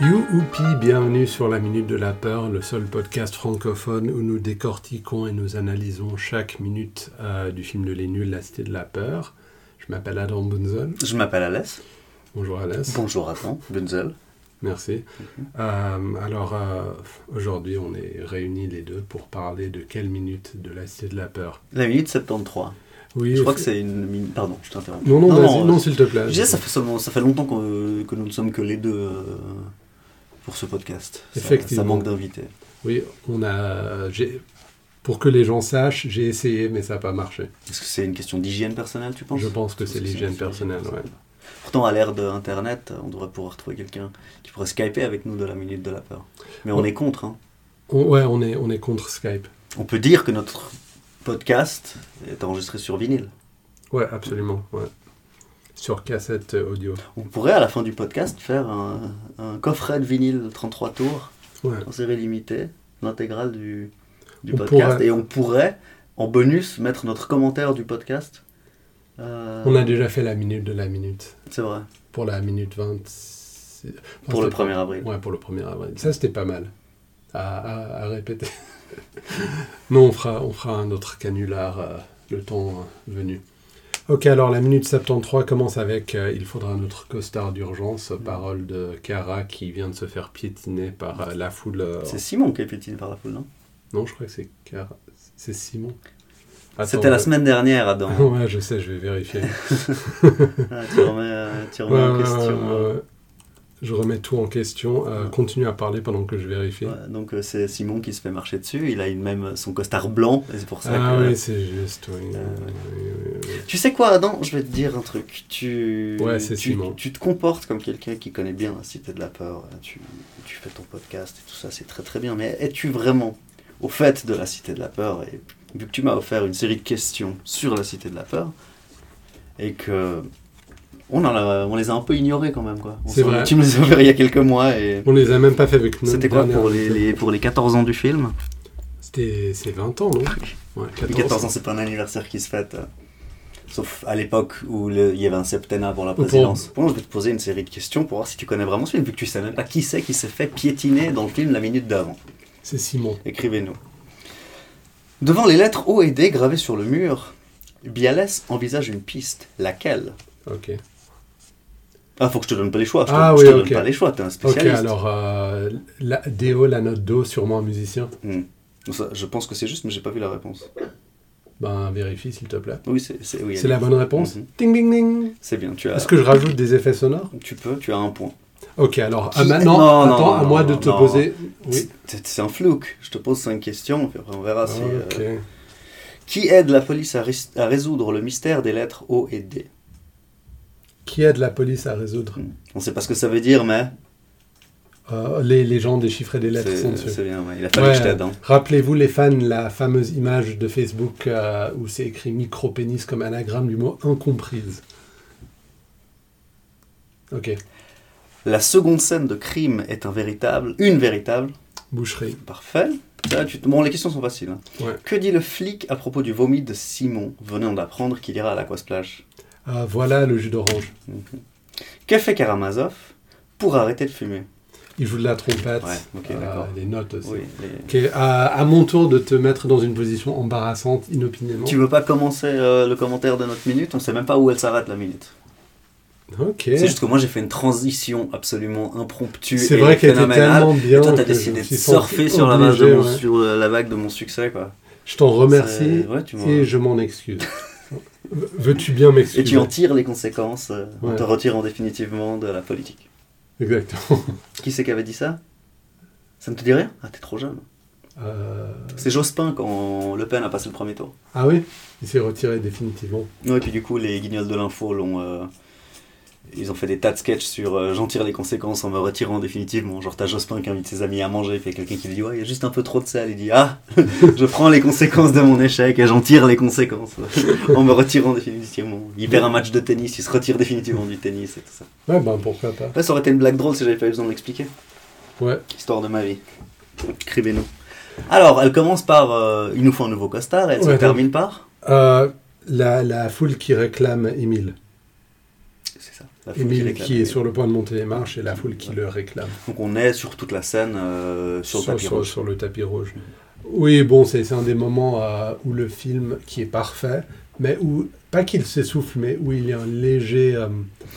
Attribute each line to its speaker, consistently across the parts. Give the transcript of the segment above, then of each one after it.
Speaker 1: Youhoupi, bienvenue sur la Minute de la Peur, le seul podcast francophone où nous décortiquons et nous analysons chaque minute euh, du film de Les Nuls, La Cité de la Peur. Je m'appelle Adam Bunzel.
Speaker 2: Je m'appelle Alès.
Speaker 1: Bonjour Alès.
Speaker 2: Bonjour Adam Bunzel.
Speaker 1: Merci. Euh, alors, euh, aujourd'hui, on est réunis les deux pour parler de quelle minute de La Cité de la Peur
Speaker 2: La minute 73.
Speaker 1: Oui,
Speaker 2: Je crois que c'est une minute. Pardon, je t'interromps.
Speaker 1: Non, non, vas-y, non,
Speaker 2: euh,
Speaker 1: s'il te plaît.
Speaker 2: Je disais, ça fait, seulement- ça fait longtemps qu'on- que nous ne sommes que les deux euh, pour ce podcast. Ça-
Speaker 1: Effectivement.
Speaker 2: Ça, manque d'invités.
Speaker 1: Oui, on a... j'ai- Pour que les gens sachent, j'ai essayé, mais ça n'a pas marché.
Speaker 2: Est-ce que c'est une question d'hygiène personnelle, tu penses
Speaker 1: Je pense que c'est
Speaker 2: une
Speaker 1: l'hygiène
Speaker 2: question d'hygiène
Speaker 1: personnelle, ouais.
Speaker 2: Pourtant, à l'ère d'Internet, on devrait pouvoir trouver quelqu'un qui pourrait skyper avec nous de la minute de la peur. Mais on
Speaker 1: Ouais.
Speaker 2: est contre. hein.
Speaker 1: On- ouais, on est, on est contre Skype.
Speaker 2: On peut dire que notre podcast est enregistré sur vinyle.
Speaker 1: Ouais, absolument. ouais. Sur cassette euh, audio.
Speaker 2: On pourrait à la fin du podcast faire un, un coffret de vinyle 33 tours
Speaker 1: Ouais.
Speaker 2: en série limitée, l'intégrale du, du
Speaker 1: On
Speaker 2: podcast,
Speaker 1: pourrait.
Speaker 2: et on pourrait en bonus mettre notre commentaire du podcast. Euh,
Speaker 1: On a déjà fait la minute de la minute.
Speaker 2: C'est vrai,
Speaker 1: Pour la minute 20.
Speaker 2: pour le 1er avril.
Speaker 1: Ouais, pour le 1er avril. Ça, c'était pas mal. À, à- à répéter. non, on fera, on fera un autre canular euh, le temps euh, venu. Ok, alors la minute 73 commence avec euh, Il faudra un autre costard d'urgence, parole de Cara qui vient de se faire piétiner par euh, la foule. euh,
Speaker 2: C'est Simon qui est piétiné par la foule, non
Speaker 1: Non, je crois que c'est Cara. C'est Simon.
Speaker 2: C'était la
Speaker 1: Attends,
Speaker 2: semaine dernière, Adam.
Speaker 1: Ouais, je sais, je vais vérifier.
Speaker 2: Ah, tu remets, euh, tu remets
Speaker 1: Ouais,
Speaker 2: en
Speaker 1: ouais,
Speaker 2: question. hein.
Speaker 1: ouais, ouais. Je remets tout en question. Euh,
Speaker 2: Ouais.
Speaker 1: Continue à parler pendant que je vérifie.
Speaker 2: Ouais, donc euh, c'est Simon qui se fait marcher dessus, il a une même son costard blanc, et c'est pour ça
Speaker 1: Ah
Speaker 2: que...
Speaker 1: oui, c'est juste. oui,
Speaker 2: Euh,
Speaker 1: oui, oui, oui, oui.
Speaker 2: Tu sais quoi, Adam Je vais te dire un truc. Tu,
Speaker 1: Ouais, c'est
Speaker 2: tu,
Speaker 1: Simon.
Speaker 2: tu te comportes comme quelqu'un qui connaît bien la Cité de la Peur. hein, Tu, tu fais ton podcast et tout ça, c'est très très bien. Mais es-tu vraiment au fait de la Cité de la Peur Et vu que tu m'as offert une série de questions sur la Cité de la Peur, et que on, en a- on les a un peu ignorées quand même, quoi. On
Speaker 1: C'est
Speaker 2: s'en-
Speaker 1: vrai.
Speaker 2: Tu me les as offert il y a quelques mois et...
Speaker 1: On les a même pas fait avec nous.
Speaker 2: C'était quoi pour les, les- pour les 14 ans du film
Speaker 1: C'était c'est 20 ans, non
Speaker 2: Ah
Speaker 1: Ouais, 14.
Speaker 2: 14 ans, c'est pas un anniversaire qui se fête. euh, Sauf à l'époque où le- il y avait un septennat pour la
Speaker 1: Pour-
Speaker 2: présidence. Bon, je vais te poser une série de questions pour voir si tu connais vraiment ce film, vu que tu sais même pas qui c'est qui s'est fait piétiner dans le film la minute d'avant.
Speaker 1: C'est Simon.
Speaker 2: Écrivez-nous. Devant les lettres O et D gravées sur le mur, Bialès envisage une piste. Laquelle
Speaker 1: Ok.
Speaker 2: Ah, faut que je te donne pas les choix. Je te,
Speaker 1: Ah
Speaker 2: je
Speaker 1: oui,
Speaker 2: te
Speaker 1: ok.
Speaker 2: donne pas les choix, t'es un
Speaker 1: Ok,
Speaker 2: spécialiste.
Speaker 1: alors. euh, la, Déo, la note Do, sûrement un musicien.
Speaker 2: Hmm. Ça, je pense que c'est juste, mais j'ai pas vu la réponse.
Speaker 1: Ben, vérifie, s'il te plaît.
Speaker 2: Oui, c'est c'est- oui,
Speaker 1: C'est
Speaker 2: elle-
Speaker 1: la bonne réponse
Speaker 2: Mhm.
Speaker 1: Ding, ding, ding.
Speaker 2: C'est bien, tu as.
Speaker 1: Est-ce que je rajoute des effets sonores
Speaker 2: Tu peux, tu as un point.
Speaker 1: Ok, alors.
Speaker 2: Qui-
Speaker 1: ah, maintenant,
Speaker 2: Non, non,
Speaker 1: attends, à
Speaker 2: non,
Speaker 1: moi de
Speaker 2: non,
Speaker 1: te
Speaker 2: non.
Speaker 1: poser. Oui. Ah,
Speaker 2: C'est c'est un flouk. Je te pose cinq questions, puis après on verra si. euh,
Speaker 1: Ok.
Speaker 2: Qui aide la police à, rés- à résoudre le mystère des lettres O et D
Speaker 1: Qui aide la police à résoudre
Speaker 2: On sait pas ce que ça veut dire, mais.
Speaker 1: Euh, les, les gens déchiffrés des lettres sont
Speaker 2: C'est
Speaker 1: dessus.
Speaker 2: c'est bien, ouais. il a fallu
Speaker 1: Ouais.
Speaker 2: que je t'aide. hein.
Speaker 1: Rappelez-vous les fans, la fameuse image de Facebook euh, où c'est écrit micro-pénis comme anagramme du mot incomprise. Ok,
Speaker 2: La seconde scène de crime est un véritable. Une véritable.
Speaker 1: boucherie.
Speaker 2: Parfait. Ça, tu te- Bon, les questions sont faciles. hein.
Speaker 1: Ouais.
Speaker 2: Que dit le flic à propos du vomi de Simon, venant d'apprendre qu'il ira à l'Aquasplash
Speaker 1: Ah, voilà le jus d'orange.
Speaker 2: Que fait Karamazov pour arrêter de fumer
Speaker 1: Il joue de la trompette.
Speaker 2: Ouais, ok,
Speaker 1: Ah,
Speaker 2: d'accord.
Speaker 1: les notes aussi.
Speaker 2: Oui, les-
Speaker 1: Ok, à, à mon tour de te mettre dans une position embarrassante, inopinément.
Speaker 2: Tu veux pas commencer euh, le commentaire de notre minute On sait même pas où elle s'arrête la minute.
Speaker 1: Ok.
Speaker 2: C'est juste que moi j'ai fait une transition absolument impromptue.
Speaker 1: C'est
Speaker 2: et
Speaker 1: vrai qu'elle était
Speaker 2: phénoménale.
Speaker 1: tellement bien.
Speaker 2: Et toi, t'as
Speaker 1: que je
Speaker 2: décidé
Speaker 1: me
Speaker 2: de
Speaker 1: suis
Speaker 2: surfer
Speaker 1: senti
Speaker 2: sur la, vague de
Speaker 1: obligé,
Speaker 2: mon,
Speaker 1: ouais.
Speaker 2: sur la vague de mon succès, quoi.
Speaker 1: Je t'en remercie
Speaker 2: C'est- ouais, tu m'en-
Speaker 1: et je m'en excuse. Veux- Veux-tu bien m'excuser
Speaker 2: Et tu en tires les conséquences euh, en
Speaker 1: Ouais.
Speaker 2: te retirant définitivement de la politique.
Speaker 1: Exactement.
Speaker 2: Qui c'est qui avait dit ça Ça ne te dit rien Ah, t'es trop jeune.
Speaker 1: Euh,
Speaker 2: C'est Jospin quand Le Pen a passé le premier tour.
Speaker 1: Ah oui Il s'est retiré définitivement.
Speaker 2: Non, et puis du coup, les guignols de l'info l'ont. euh, Ils ont fait des tas de sketchs sur euh, j'en tire les conséquences en me retirant définitivement. Genre, t'as Jospin qui invite ses amis à manger, puis il y a quelqu'un qui lui dit Ouais, il y a juste un peu trop de sel. Il dit Ah, je prends les conséquences de mon échec et j'en tire les conséquences en me retirant définitivement. Il perd un match de tennis, il se retire définitivement du tennis et tout ça.
Speaker 1: Ouais, ben pourquoi pas.
Speaker 2: Après, ça aurait été une blague drôle si j'avais pas eu besoin de l'expliquer.
Speaker 1: Ouais,
Speaker 2: Histoire de ma vie. Écrivez-nous. Alors, elle commence par euh, Il nous faut un nouveau costard et elle se
Speaker 1: Ouais.
Speaker 2: termine par
Speaker 1: euh, la, la foule qui réclame Émile.
Speaker 2: C'est ça. La foule
Speaker 1: Émile
Speaker 2: réclame.
Speaker 1: qui est sur le point de monter les marches et la foule qui le réclame.
Speaker 2: Donc on est sur toute la scène, euh, sur le tapis
Speaker 1: sur-
Speaker 2: rouge.
Speaker 1: sur le tapis rouge. Oui, bon, c'est c'est un des moments euh, où le film, qui est parfait, mais où, pas qu'il s'essouffle, mais où il y a un léger... euh,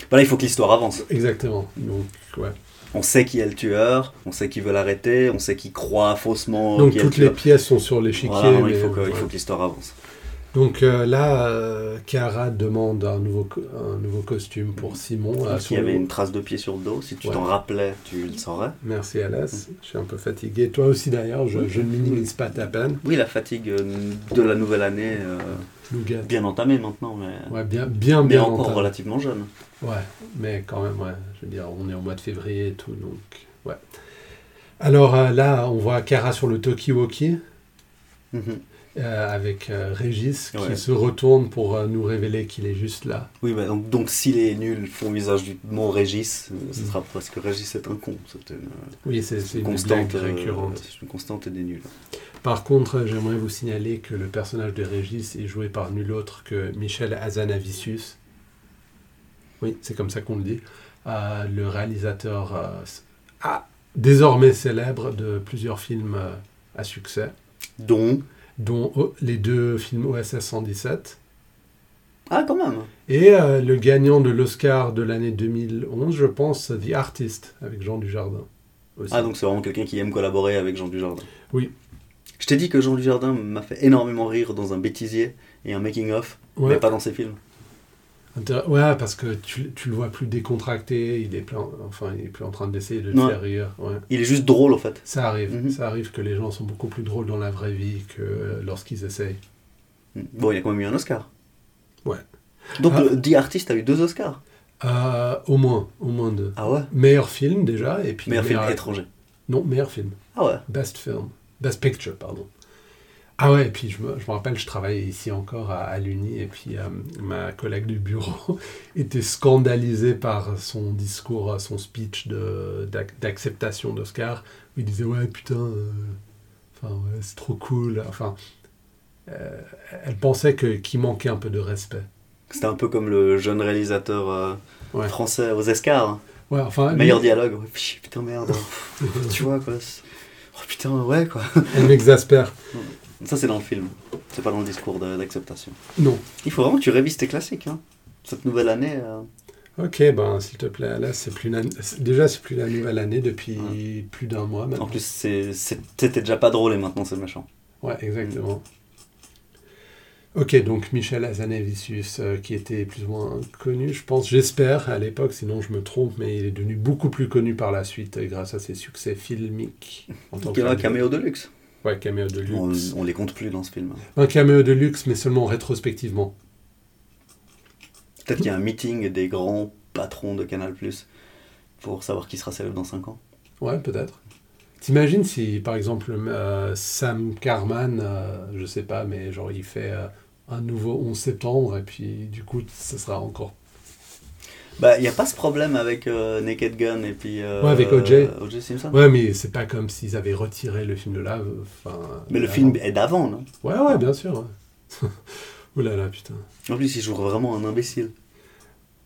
Speaker 2: Voilà, il faut que l'histoire avance.
Speaker 1: exactement. Donc, ouais.
Speaker 2: On sait qui est le tueur, on sait qui veut l'arrêter, on sait qui croit faussement.
Speaker 1: Donc
Speaker 2: qui est
Speaker 1: toutes
Speaker 2: le
Speaker 1: les
Speaker 2: tueur.
Speaker 1: pièces sont sur l'échiquier.
Speaker 2: Voilà, non, il
Speaker 1: mais,
Speaker 2: faut que, il
Speaker 1: ouais.
Speaker 2: faut que l'histoire avance.
Speaker 1: Donc euh, là, euh, Cara demande un nouveau, co- un nouveau costume pour Simon. euh,
Speaker 2: Il y
Speaker 1: sur le-
Speaker 2: avait une trace de pied sur le dos, si tu
Speaker 1: Ouais.
Speaker 2: t'en rappelais, tu le saurais.
Speaker 1: Merci Alas,
Speaker 2: Mm.
Speaker 1: je suis un peu fatigué. Toi aussi d'ailleurs, je, je ne minimise pas ta peine.
Speaker 2: Oui, la fatigue euh, de la nouvelle année, euh,
Speaker 1: Nougat.
Speaker 2: bien entamée maintenant, mais,
Speaker 1: Ouais, bien, bien,
Speaker 2: mais
Speaker 1: bien
Speaker 2: encore
Speaker 1: entamé.
Speaker 2: relativement jeune.
Speaker 1: Ouais, mais quand même, ouais. Je veux dire, on est au mois de février et tout, donc ouais. Alors euh, là, on voit Cara sur le Tokiwoki
Speaker 2: Mhm.
Speaker 1: euh, avec euh, Régis qui
Speaker 2: Ouais.
Speaker 1: se retourne pour euh, nous révéler qu'il est juste là.
Speaker 2: Oui, bah, donc, donc si les nuls font visage du mot Régis, euh, ce
Speaker 1: Mhm.
Speaker 2: sera parce que Régis est un con. C'est une,
Speaker 1: Oui, c'est c'est une
Speaker 2: constante
Speaker 1: constante
Speaker 2: euh,
Speaker 1: récurrente.
Speaker 2: C'est une constante des nuls.
Speaker 1: Par contre, euh, j'aimerais vous signaler que le personnage de Régis est joué par nul autre que Michel Hazanavicius. Oui, c'est comme ça qu'on le dit. Euh, le réalisateur euh, s- ah, désormais célèbre de plusieurs films euh, à succès,
Speaker 2: Dont.
Speaker 1: dont oh, les deux films OSS 117.
Speaker 2: Ah, quand même
Speaker 1: Et euh, le gagnant de l'Oscar de l'année 2011, je pense, The Artist, avec Jean Dujardin. Aussi.
Speaker 2: Ah, donc c'est vraiment quelqu'un qui aime collaborer avec Jean Dujardin.
Speaker 1: Oui.
Speaker 2: Je t'ai dit que Jean Dujardin m'a fait énormément rire dans un bêtisier et un making-of,
Speaker 1: Ouais.
Speaker 2: mais pas dans ses films.
Speaker 1: Intér- Ouais, parce que tu, tu le vois plus décontracté, il est plus, en- enfin, il est plus en train d'essayer de le
Speaker 2: Ouais.
Speaker 1: faire rire. ouais.
Speaker 2: Il est juste drôle, en fait.
Speaker 1: Ça arrive,
Speaker 2: Mhm.
Speaker 1: ça arrive que les gens sont beaucoup plus drôles dans la vraie vie que euh, lorsqu'ils essayent.
Speaker 2: Bon, il a quand même eu un Oscar.
Speaker 1: Ouais.
Speaker 2: Donc,
Speaker 1: Ah.
Speaker 2: le The Artist a eu deux Oscars.
Speaker 1: Euh, au moins, au moins deux.
Speaker 2: Ah ouais
Speaker 1: Meilleur film déjà, et puis
Speaker 2: Meilleur film étranger.
Speaker 1: Non, meilleur film.
Speaker 2: Ah ouais
Speaker 1: Best film. Best picture, pardon. Ah ouais, et puis je me, je me rappelle, je travaillais ici encore à, à l'Uni, et puis euh, ma collègue du bureau était scandalisée par son discours, euh, son speech de- d'ac- d'acceptation d'Oscar, où il disait Ouais, putain, euh, enfin, ouais, c'est trop cool. Enfin, euh, elle pensait que- qu'il manquait un peu de respect.
Speaker 2: C'était un peu comme le jeune réalisateur euh,
Speaker 1: Ouais.
Speaker 2: français aux Oscars.
Speaker 1: Ouais, enfin, lui-
Speaker 2: Meilleur dialogue. Ouais, pch, putain, merde. hein. tu vois, quoi. c'est- Oh putain, ouais, quoi.
Speaker 1: elle m'exaspère.
Speaker 2: Ça, c'est dans le film. C'est pas dans le discours de- d'acceptation.
Speaker 1: Non.
Speaker 2: Il faut vraiment que tu révises tes classiques. Hein. Cette nouvelle année, euh,
Speaker 1: Ok, ben s'il te plaît, là c'est plus la... c'est- déjà c'est plus la nouvelle année depuis plus d'un mois maintenant.
Speaker 2: Ah. en plus, c'est- c'est- c'était déjà pas drôle et maintenant c'est méchant.
Speaker 1: Ouais, exactement.
Speaker 2: Mm.
Speaker 1: Ok, donc Michel Hazanavicius, euh, qui était plus ou moins connu, je pense, j'espère à l'époque, sinon je me trompe, mais il est devenu beaucoup plus connu par la suite euh, grâce à ses succès filmiques. En tant
Speaker 2: Donc, il y a un
Speaker 1: que-
Speaker 2: caméo de luxe.
Speaker 1: Ouais, caméo de
Speaker 2: On,
Speaker 1: luxe.
Speaker 2: on les compte plus dans ce film.
Speaker 1: Un caméo de luxe, mais seulement rétrospectivement.
Speaker 2: Peut-être qu'il y a un meeting des grands patrons de Canal pour savoir qui sera célèbre dans 5 ans.
Speaker 1: Ouais, peut-être. T'imagines si, par exemple, euh, Sam Carman, euh, je sais pas, mais genre il fait euh, un nouveau 11 septembre et puis du coup, ça sera encore.
Speaker 2: Bah, il n'y a pas ce problème avec euh, Naked Gun et puis. euh,
Speaker 1: Ouais, avec O.J.
Speaker 2: O.J. Simpson.
Speaker 1: Ouais, mais c'est pas comme s'ils avaient retiré le film de là. euh, Enfin.
Speaker 2: Mais le
Speaker 1: là,
Speaker 2: film est d'avant, non
Speaker 1: Ouais, ouais, bien sûr. Ouh là là, putain.
Speaker 2: En plus, il joue vraiment un imbécile.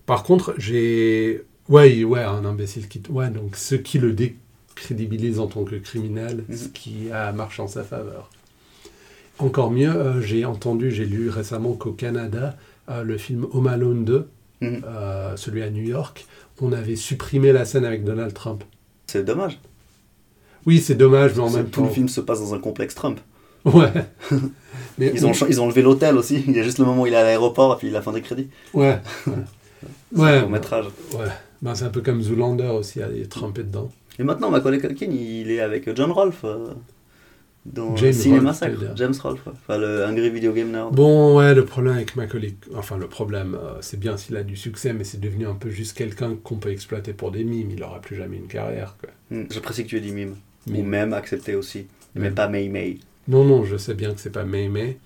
Speaker 1: Par contre, j'ai. Ouais, il- ouais, un imbécile qui. Ouais, donc ce qui le décrédibilise en tant que criminel,
Speaker 2: Mhm.
Speaker 1: ce qui a marché en sa faveur. Encore mieux, euh, j'ai entendu, j'ai lu récemment qu'au Canada, euh, le film Home Alone 2,
Speaker 2: Mhm.
Speaker 1: euh, celui à New York, on avait supprimé la scène avec Donald Trump.
Speaker 2: C'est dommage.
Speaker 1: Oui, c'est dommage, mais en
Speaker 2: Parce que
Speaker 1: même
Speaker 2: tout
Speaker 1: temps.
Speaker 2: le film se passe dans un complexe Trump.
Speaker 1: Ouais. mais
Speaker 2: Ils ont, cha- ils ont enlevé l'hôtel aussi. Il y a juste le moment où il est à l'aéroport et puis la fin des crédits.
Speaker 1: Ouais. Ouais.
Speaker 2: Au
Speaker 1: ouais.
Speaker 2: métrage.
Speaker 1: Ben, c'est un peu comme Zoolander aussi, il est trempé dedans.
Speaker 2: Et maintenant, Macaulay Culkin, il est avec John Rolfe euh, dans
Speaker 1: James
Speaker 2: Ciné
Speaker 1: Rolfe,
Speaker 2: Massacre.
Speaker 1: tu veux dire.
Speaker 2: James Rolfe, ouais. enfin le Angry Video Game Nerd.
Speaker 1: Bon, ouais, le problème avec Macaulay, enfin le problème, euh, c'est bien s'il a du succès, mais c'est devenu un peu juste quelqu'un qu'on peut exploiter pour des mimes. Il aura plus jamais une carrière. quoi.
Speaker 2: Mm, J'apprécie que tu aies dit mime.
Speaker 1: Mime.
Speaker 2: Ou même accepté aussi. Mais
Speaker 1: Mime.
Speaker 2: pas May May.
Speaker 1: Non, non, je sais bien que c'est pas Maymay,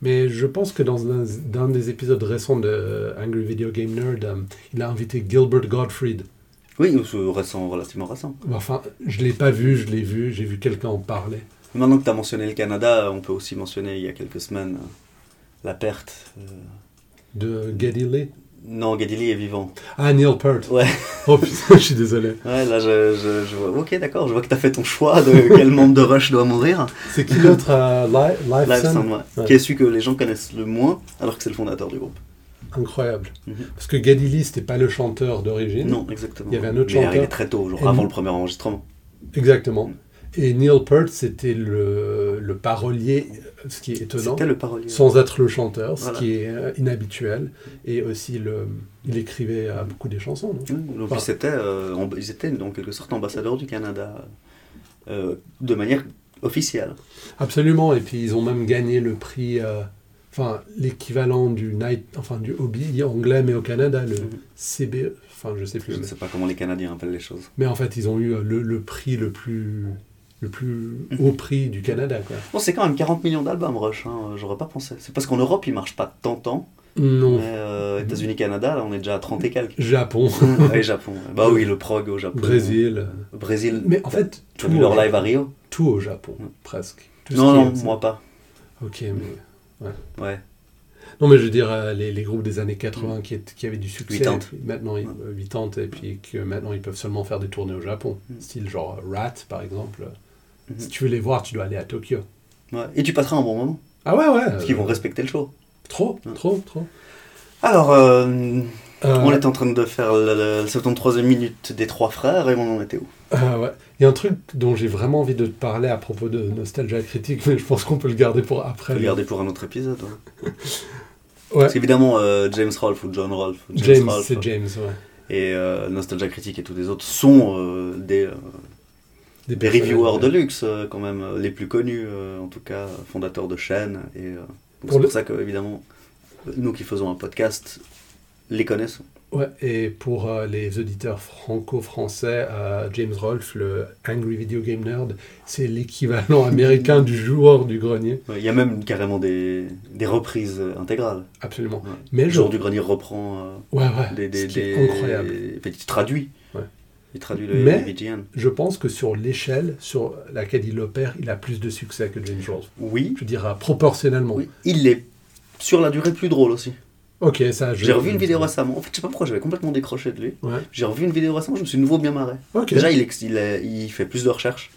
Speaker 1: mais je pense que dans un, dans un des épisodes récents de euh, Angry Video Game Nerd, euh, il a invité Gilbert Gottfried.
Speaker 2: Oui, ou ce récent, relativement récent.
Speaker 1: Enfin, je l'ai pas vu, je l'ai vu, j'ai vu quelqu'un en parler.
Speaker 2: Maintenant que tu as mentionné le Canada, euh, on peut aussi mentionner il y a quelques semaines euh, la perte euh,
Speaker 1: De Geddy Lee
Speaker 2: Non, Gadili est vivant.
Speaker 1: Ah, Neil Peart.
Speaker 2: Ouais,
Speaker 1: Oh putain, je suis désolé.
Speaker 2: ouais là, je, je, je vois. Ok, d'accord, je vois que t'as fait ton choix de quel membre de Rush doit mourir.
Speaker 1: C'est qui l'autre euh, Li- Lifeson
Speaker 2: Lifeson, ouais.
Speaker 1: Ouais.
Speaker 2: Qui est celui que les gens connaissent le moins, alors que c'est le fondateur du groupe.
Speaker 1: Incroyable.
Speaker 2: Mhm.
Speaker 1: Parce que Gadili, c'était pas le chanteur d'origine.
Speaker 2: Non, exactement.
Speaker 1: Il y avait un autre
Speaker 2: Mais Il est arrivé
Speaker 1: chanteur.
Speaker 2: très tôt, genre
Speaker 1: Et
Speaker 2: avant
Speaker 1: nous-
Speaker 2: le premier enregistrement.
Speaker 1: Exactement. Et Neil Peart, c'était le, le parolier, euh, ce qui est étonnant,
Speaker 2: C'était le parolier.
Speaker 1: sans être le chanteur, ce
Speaker 2: Voilà.
Speaker 1: qui est euh, inhabituel. Et aussi, le, il écrivait euh, beaucoup des chansons. non
Speaker 2: Oui, Mmh. Donc
Speaker 1: Enfin-
Speaker 2: ils, étaient, euh, amb- ils étaient en quelque sorte ambassadeurs du Canada euh, de manière officielle.
Speaker 1: Absolument. Et puis, ils ont même gagné le prix, euh, enfin, l'équivalent du night, enfin, du hobby anglais, mais au Canada, le
Speaker 2: Mhm.
Speaker 1: CBE. Enfin, je sais
Speaker 2: Je
Speaker 1: plus.
Speaker 2: ne sais pas comment les Canadiens appellent les choses.
Speaker 1: Mais en fait, ils ont eu euh, le, le prix le plus, le plus
Speaker 2: Mhm.
Speaker 1: haut prix du Canada. Quoi.
Speaker 2: Bon, c'est quand même 40 millions d'albums Rush, hein, euh, j'aurais pas pensé. C'est parce qu'en Europe, ils marchent pas tant tant.
Speaker 1: Non,
Speaker 2: Mais euh,
Speaker 1: Mhm.
Speaker 2: États-Unis, Canada, là, on est déjà à 30 et quelques.
Speaker 1: Japon,
Speaker 2: et Japon. Bah oui, le prog au Japon.
Speaker 1: Mmh. Brésil.
Speaker 2: Brésil.
Speaker 1: Mais en fait, tout
Speaker 2: tu as vu
Speaker 1: au,
Speaker 2: leur live à Rio
Speaker 1: tout au Japon,
Speaker 2: Ouais.
Speaker 1: presque. Tout ce
Speaker 2: Non,
Speaker 1: qui
Speaker 2: non,
Speaker 1: est-
Speaker 2: moi pas.
Speaker 1: Ok, mais...
Speaker 2: Ouais.
Speaker 1: Non, mais je veux dire, euh, les, les groupes des années 80 qui, étaient- qui avaient du succès,
Speaker 2: Huitante.
Speaker 1: puis maintenant, ils,
Speaker 2: Mm. Ouais.
Speaker 1: euh, huitante, et puis que maintenant, ils peuvent seulement faire des tournées au Japon.
Speaker 2: Mm.
Speaker 1: Style genre euh, Rat, par exemple.
Speaker 2: Mhm.
Speaker 1: Si tu veux les voir, tu dois aller à Tokyo.
Speaker 2: Ouais. Et tu passeras un bon moment.
Speaker 1: Ah ouais, ouais.
Speaker 2: Parce qu'ils
Speaker 1: euh,
Speaker 2: vont respecter le show.
Speaker 1: Trop,
Speaker 2: Ouais.
Speaker 1: trop, trop.
Speaker 2: Alors, euh,
Speaker 1: Euh,
Speaker 2: on est en train de faire la, la- la 73e minute des trois frères et on en était où
Speaker 1: Ah ouais. Il y a un truc dont j'ai vraiment envie de te parler à propos de Nostalgia Critique, mais je pense qu'on peut le garder pour après.
Speaker 2: Regardez pour un autre épisode. ouais.
Speaker 1: Ouais.
Speaker 2: Parce qu'évidemment, euh, James Rolfe ou John Rolfe, ou
Speaker 1: James,
Speaker 2: Rolfe,
Speaker 1: c'est James, ouais.
Speaker 2: et euh, Nostalgia Critique et tous les autres sont euh, des, euh, des
Speaker 1: personnages,
Speaker 2: reviewers de
Speaker 1: ouais.
Speaker 2: luxe, euh, quand même, euh, les plus connus, euh, en tout cas, euh, fondateurs de chaînes. Et euh, donc c'est
Speaker 1: Pour
Speaker 2: pour
Speaker 1: le-
Speaker 2: ça que, évidemment, nous qui faisons un podcast, les connaissons.
Speaker 1: Ouais, et pour euh, les auditeurs franco-français, euh, James Rolfe, le Angry Video Game Nerd, c'est l'équivalent américain du joueur du grenier.
Speaker 2: Ouais, Il y a même carrément des, des reprises euh, intégrales.
Speaker 1: Absolument.
Speaker 2: Ouais.
Speaker 1: Mais
Speaker 2: Le
Speaker 1: je...
Speaker 2: jour
Speaker 1: Ouais,
Speaker 2: du grenier reprend
Speaker 1: ouais,
Speaker 2: euh, des, des,
Speaker 1: ce qui est
Speaker 2: des-
Speaker 1: incroyable.
Speaker 2: enfin, il traduit.
Speaker 1: Ouais.
Speaker 2: Il traduit le
Speaker 1: Mais-
Speaker 2: le VGN.
Speaker 1: Je pense que sur l'échelle sur laquelle il opère, il a plus de succès que James Rolfe.
Speaker 2: Oui,
Speaker 1: Je veux dire, euh, proportionnellement.
Speaker 2: oui. Il est sur la durée plus drôle aussi.
Speaker 1: Ok, ça... je-
Speaker 2: J'ai revu une vidéo récemment. En fait, je sais pas pourquoi j'avais complètement décroché de lui.
Speaker 1: Ouais.
Speaker 2: J'ai revu une vidéo récemment, je me suis de nouveau bien marré.
Speaker 1: Ok,
Speaker 2: Déjà, il, ex- il, est- il fait plus de recherches.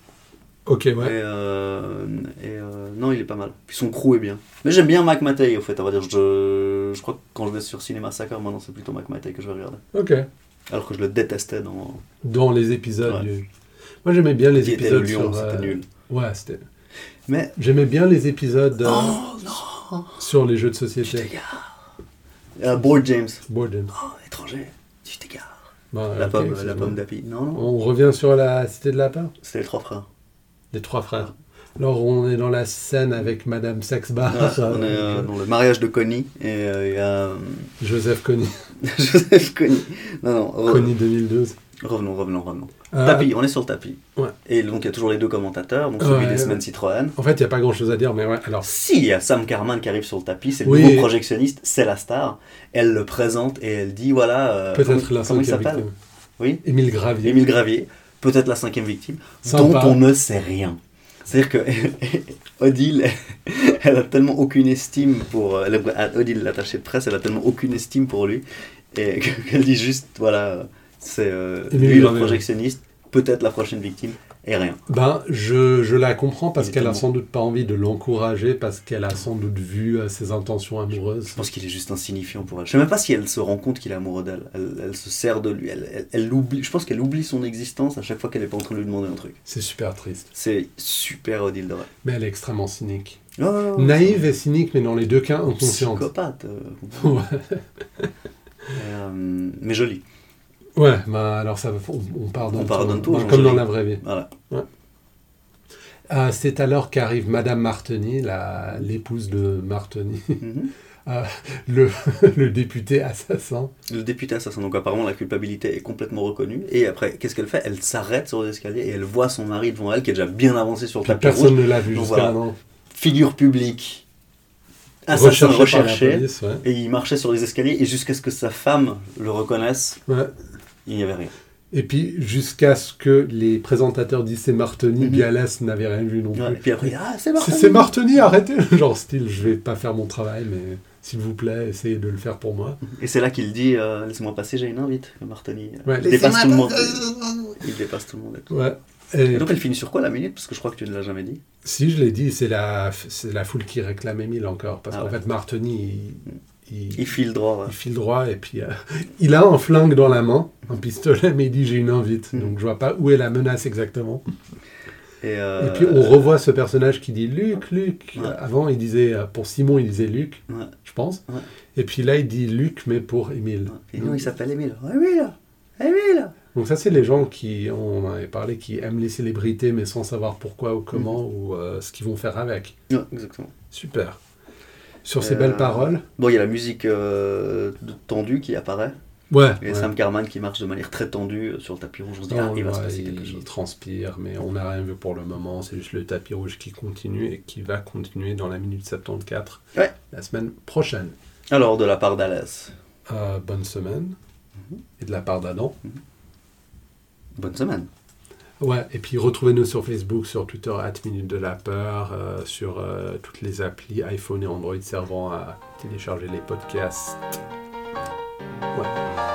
Speaker 1: ok, ouais.
Speaker 2: Et, euh, et, euh, non, il est pas mal. Puis son crew est bien. Mais j'aime bien Mac Matei, au fait, à vrai dire. Je, je crois que quand je vais sur Cinéma Sacre, maintenant, c'est plutôt Mac Matei que je vais regarder.
Speaker 1: Ok.
Speaker 2: Alors que je le détestais dans...
Speaker 1: dans les épisodes.
Speaker 2: Ouais.
Speaker 1: du- Moi, j'aimais bien les
Speaker 2: Qui était le
Speaker 1: épisodes
Speaker 2: lion,
Speaker 1: sur. euh,
Speaker 2: c'était nul.
Speaker 1: Ouais, c'était.
Speaker 2: Mais...
Speaker 1: J'aimais bien les épisodes euh,
Speaker 2: Oh non
Speaker 1: sur les jeux de
Speaker 2: Tu
Speaker 1: société.
Speaker 2: t'égares Euh, Bored James.
Speaker 1: Boredom.
Speaker 2: Oh, étranger. Tu t'égares.
Speaker 1: Bah,
Speaker 2: la
Speaker 1: ok,
Speaker 2: pomme, la
Speaker 1: excuse-moi.
Speaker 2: pomme d'api. Non, non.
Speaker 1: On revient sur la cité de la peur
Speaker 2: C'était les trois frères.
Speaker 1: des trois frères. Alors, on est dans la scène avec Madame Sexbar,
Speaker 2: Ouais, on est euh, dans le mariage de Connie. Et euh, il y a... euh,
Speaker 1: Joseph Connie,
Speaker 2: Joseph Connie. Non, non. re-
Speaker 1: Connie 2012.
Speaker 2: Revenons, revenons, revenons.
Speaker 1: Euh,
Speaker 2: Tapis, on est sur le tapis.
Speaker 1: Ouais.
Speaker 2: Et donc il y a toujours les deux commentateurs, donc celui
Speaker 1: Ouais.
Speaker 2: des semaines Citroën.
Speaker 1: En fait, il n'y a pas grand chose à dire, mais ouais. Alors,
Speaker 2: Si, il y a Sam Carman qui arrive sur le tapis, c'est le
Speaker 1: Oui.
Speaker 2: nouveau projectionniste, c'est la star. Elle le présente et elle dit voilà. euh,
Speaker 1: peut-être
Speaker 2: comment-
Speaker 1: la
Speaker 2: Comment il
Speaker 1: cinquième
Speaker 2: s'appelle
Speaker 1: victime.
Speaker 2: Oui,
Speaker 1: Émile Gravier.
Speaker 2: Émile Gravier, peut-être la cinquième victime,
Speaker 1: Sympa.
Speaker 2: dont on ne sait rien. C'est-à-dire que Odile, elle a tellement aucune estime pour. euh, elle- Odile, l'attachée de presse, elle a tellement aucune estime pour lui. Et qu'elle dit juste voilà, c'est euh,
Speaker 1: Émile
Speaker 2: lui le
Speaker 1: Gravier.
Speaker 2: projectionniste, peut-être la prochaine victime, et rien.
Speaker 1: Ben, je, je la comprends parce
Speaker 2: Il est
Speaker 1: qu'elle a
Speaker 2: tellement-
Speaker 1: sans doute pas envie de l'encourager, parce qu'elle a sans doute vu euh, ses intentions amoureuses.
Speaker 2: Je pense qu'il est juste insignifiant pour elle. Je sais même pas si elle se rend compte qu'il est amoureux d'elle. Elle, elle se sert de lui. Elle, elle, elle oublie. Je pense qu'elle oublie son existence à chaque fois qu'elle est pas en train de lui demander un truc.
Speaker 1: C'est super triste.
Speaker 2: C'est super Odile Doré.
Speaker 1: Mais elle est extrêmement cynique.
Speaker 2: Oh, oh, oh,
Speaker 1: Naïve et cynique, mais dans les deux cas inconsciente.
Speaker 2: Psychopathe. euh,
Speaker 1: Ouais,
Speaker 2: euh, mais jolie.
Speaker 1: Ouais, bah alors ça, va- on, on pardonne.
Speaker 2: On pardonne tout,
Speaker 1: Bah,
Speaker 2: Jean-Jacques.
Speaker 1: comme dans la vraie vie.
Speaker 2: Voilà.
Speaker 1: Euh, c'est alors qu'arrive Madame Martini, la- l'épouse de Martini,
Speaker 2: Mhm.
Speaker 1: le, le député assassin.
Speaker 2: Le député assassin. Donc apparemment la culpabilité est complètement reconnue. Et après, qu'est-ce qu'elle fait Elle s'arrête sur l'escalier et elle voit son mari devant elle qui est déjà bien avancé sur le
Speaker 1: Puis
Speaker 2: tapis
Speaker 1: personne
Speaker 2: rouge.
Speaker 1: ne l'a vu
Speaker 2: Donc
Speaker 1: jusqu'à
Speaker 2: voilà.
Speaker 1: maintenant.
Speaker 2: Figure publique. Assassin
Speaker 1: Recherché par la
Speaker 2: recherché.
Speaker 1: police, ouais.
Speaker 2: Et il marchait sur les escaliers et jusqu'à ce que sa femme le reconnaisse,
Speaker 1: Ouais.
Speaker 2: il n'y avait rien.
Speaker 1: Et puis jusqu'à ce que les présentateurs d'IC Martoni,
Speaker 2: Mhm.
Speaker 1: Bialas n'avaient rien vu non plus.
Speaker 2: Ouais, et puis après, ah, c'est
Speaker 1: Si
Speaker 2: Martin.
Speaker 1: c'est Martoni, arrêtez Genre style, je vais pas faire mon travail, mais s'il vous plaît, essayez de le faire pour moi.
Speaker 2: Et c'est là qu'il dit euh, Laissez-moi passer, j'ai une invite. que Martoni euh,
Speaker 1: Ouais.
Speaker 2: il dépasse tout le monde. Il dépasse tout le monde. et tout.
Speaker 1: Ouais. Et
Speaker 2: Et donc elle finit sur quoi la minute Parce que je crois que tu ne l'as jamais dit.
Speaker 1: si je l'ai dit, c'est la, c'est la foule qui réclame Emile encore. Parce
Speaker 2: Ah
Speaker 1: qu'en
Speaker 2: ouais.
Speaker 1: fait, Martoni, il, il-
Speaker 2: Il file droit. ouais.
Speaker 1: il file droit et puis euh, il a un flingue dans la main, un pistolet, mais il dit j'ai une invite.
Speaker 2: Mhm.
Speaker 1: Donc je vois pas où est la menace exactement.
Speaker 2: Et,
Speaker 1: Et
Speaker 2: euh,
Speaker 1: puis on revoit ce personnage qui dit Luc, Luc.
Speaker 2: Ouais.
Speaker 1: Avant, il disait, euh, pour Simon, il disait Luc,
Speaker 2: Ouais.
Speaker 1: je pense.
Speaker 2: Ouais.
Speaker 1: Et puis là, il dit Luc, mais pour Émile.
Speaker 2: Et non, il s'appelle Emile. Emile Emile
Speaker 1: Donc ça, c'est les gens qui, on en avait parlé, qui aiment les célébrités, mais sans savoir pourquoi ou comment
Speaker 2: Hmm.
Speaker 1: ou euh, ce qu'ils vont faire avec.
Speaker 2: Ouais, exactement.
Speaker 1: Super. Sur ces
Speaker 2: Euh,
Speaker 1: belles paroles.
Speaker 2: Bon, il y a la musique euh, de- tendue qui apparaît.
Speaker 1: Ouais.
Speaker 2: Et
Speaker 1: ouais.
Speaker 2: Sam Carman qui marche de manière très tendue euh, sur le tapis rouge. On se dit,
Speaker 1: Non,
Speaker 2: ah, il va se
Speaker 1: ouais,
Speaker 2: passer quelque
Speaker 1: il
Speaker 2: chose.
Speaker 1: transpire, mais on n'a rien vu pour le moment. C'est juste le tapis rouge qui continue et qui va continuer dans la minute 74
Speaker 2: Ouais.
Speaker 1: la semaine prochaine.
Speaker 2: Alors, de la part d'Alas,
Speaker 1: Euh, bonne semaine.
Speaker 2: Mm-hmm.
Speaker 1: Et de la part d'Adam.
Speaker 2: bonne semaine.
Speaker 1: Ouais, et puis retrouvez-nous sur Facebook, sur Twitter, at Minute de la Peur, euh, sur euh, toutes les applis iPhone et Android servant à télécharger les podcasts. Ouais.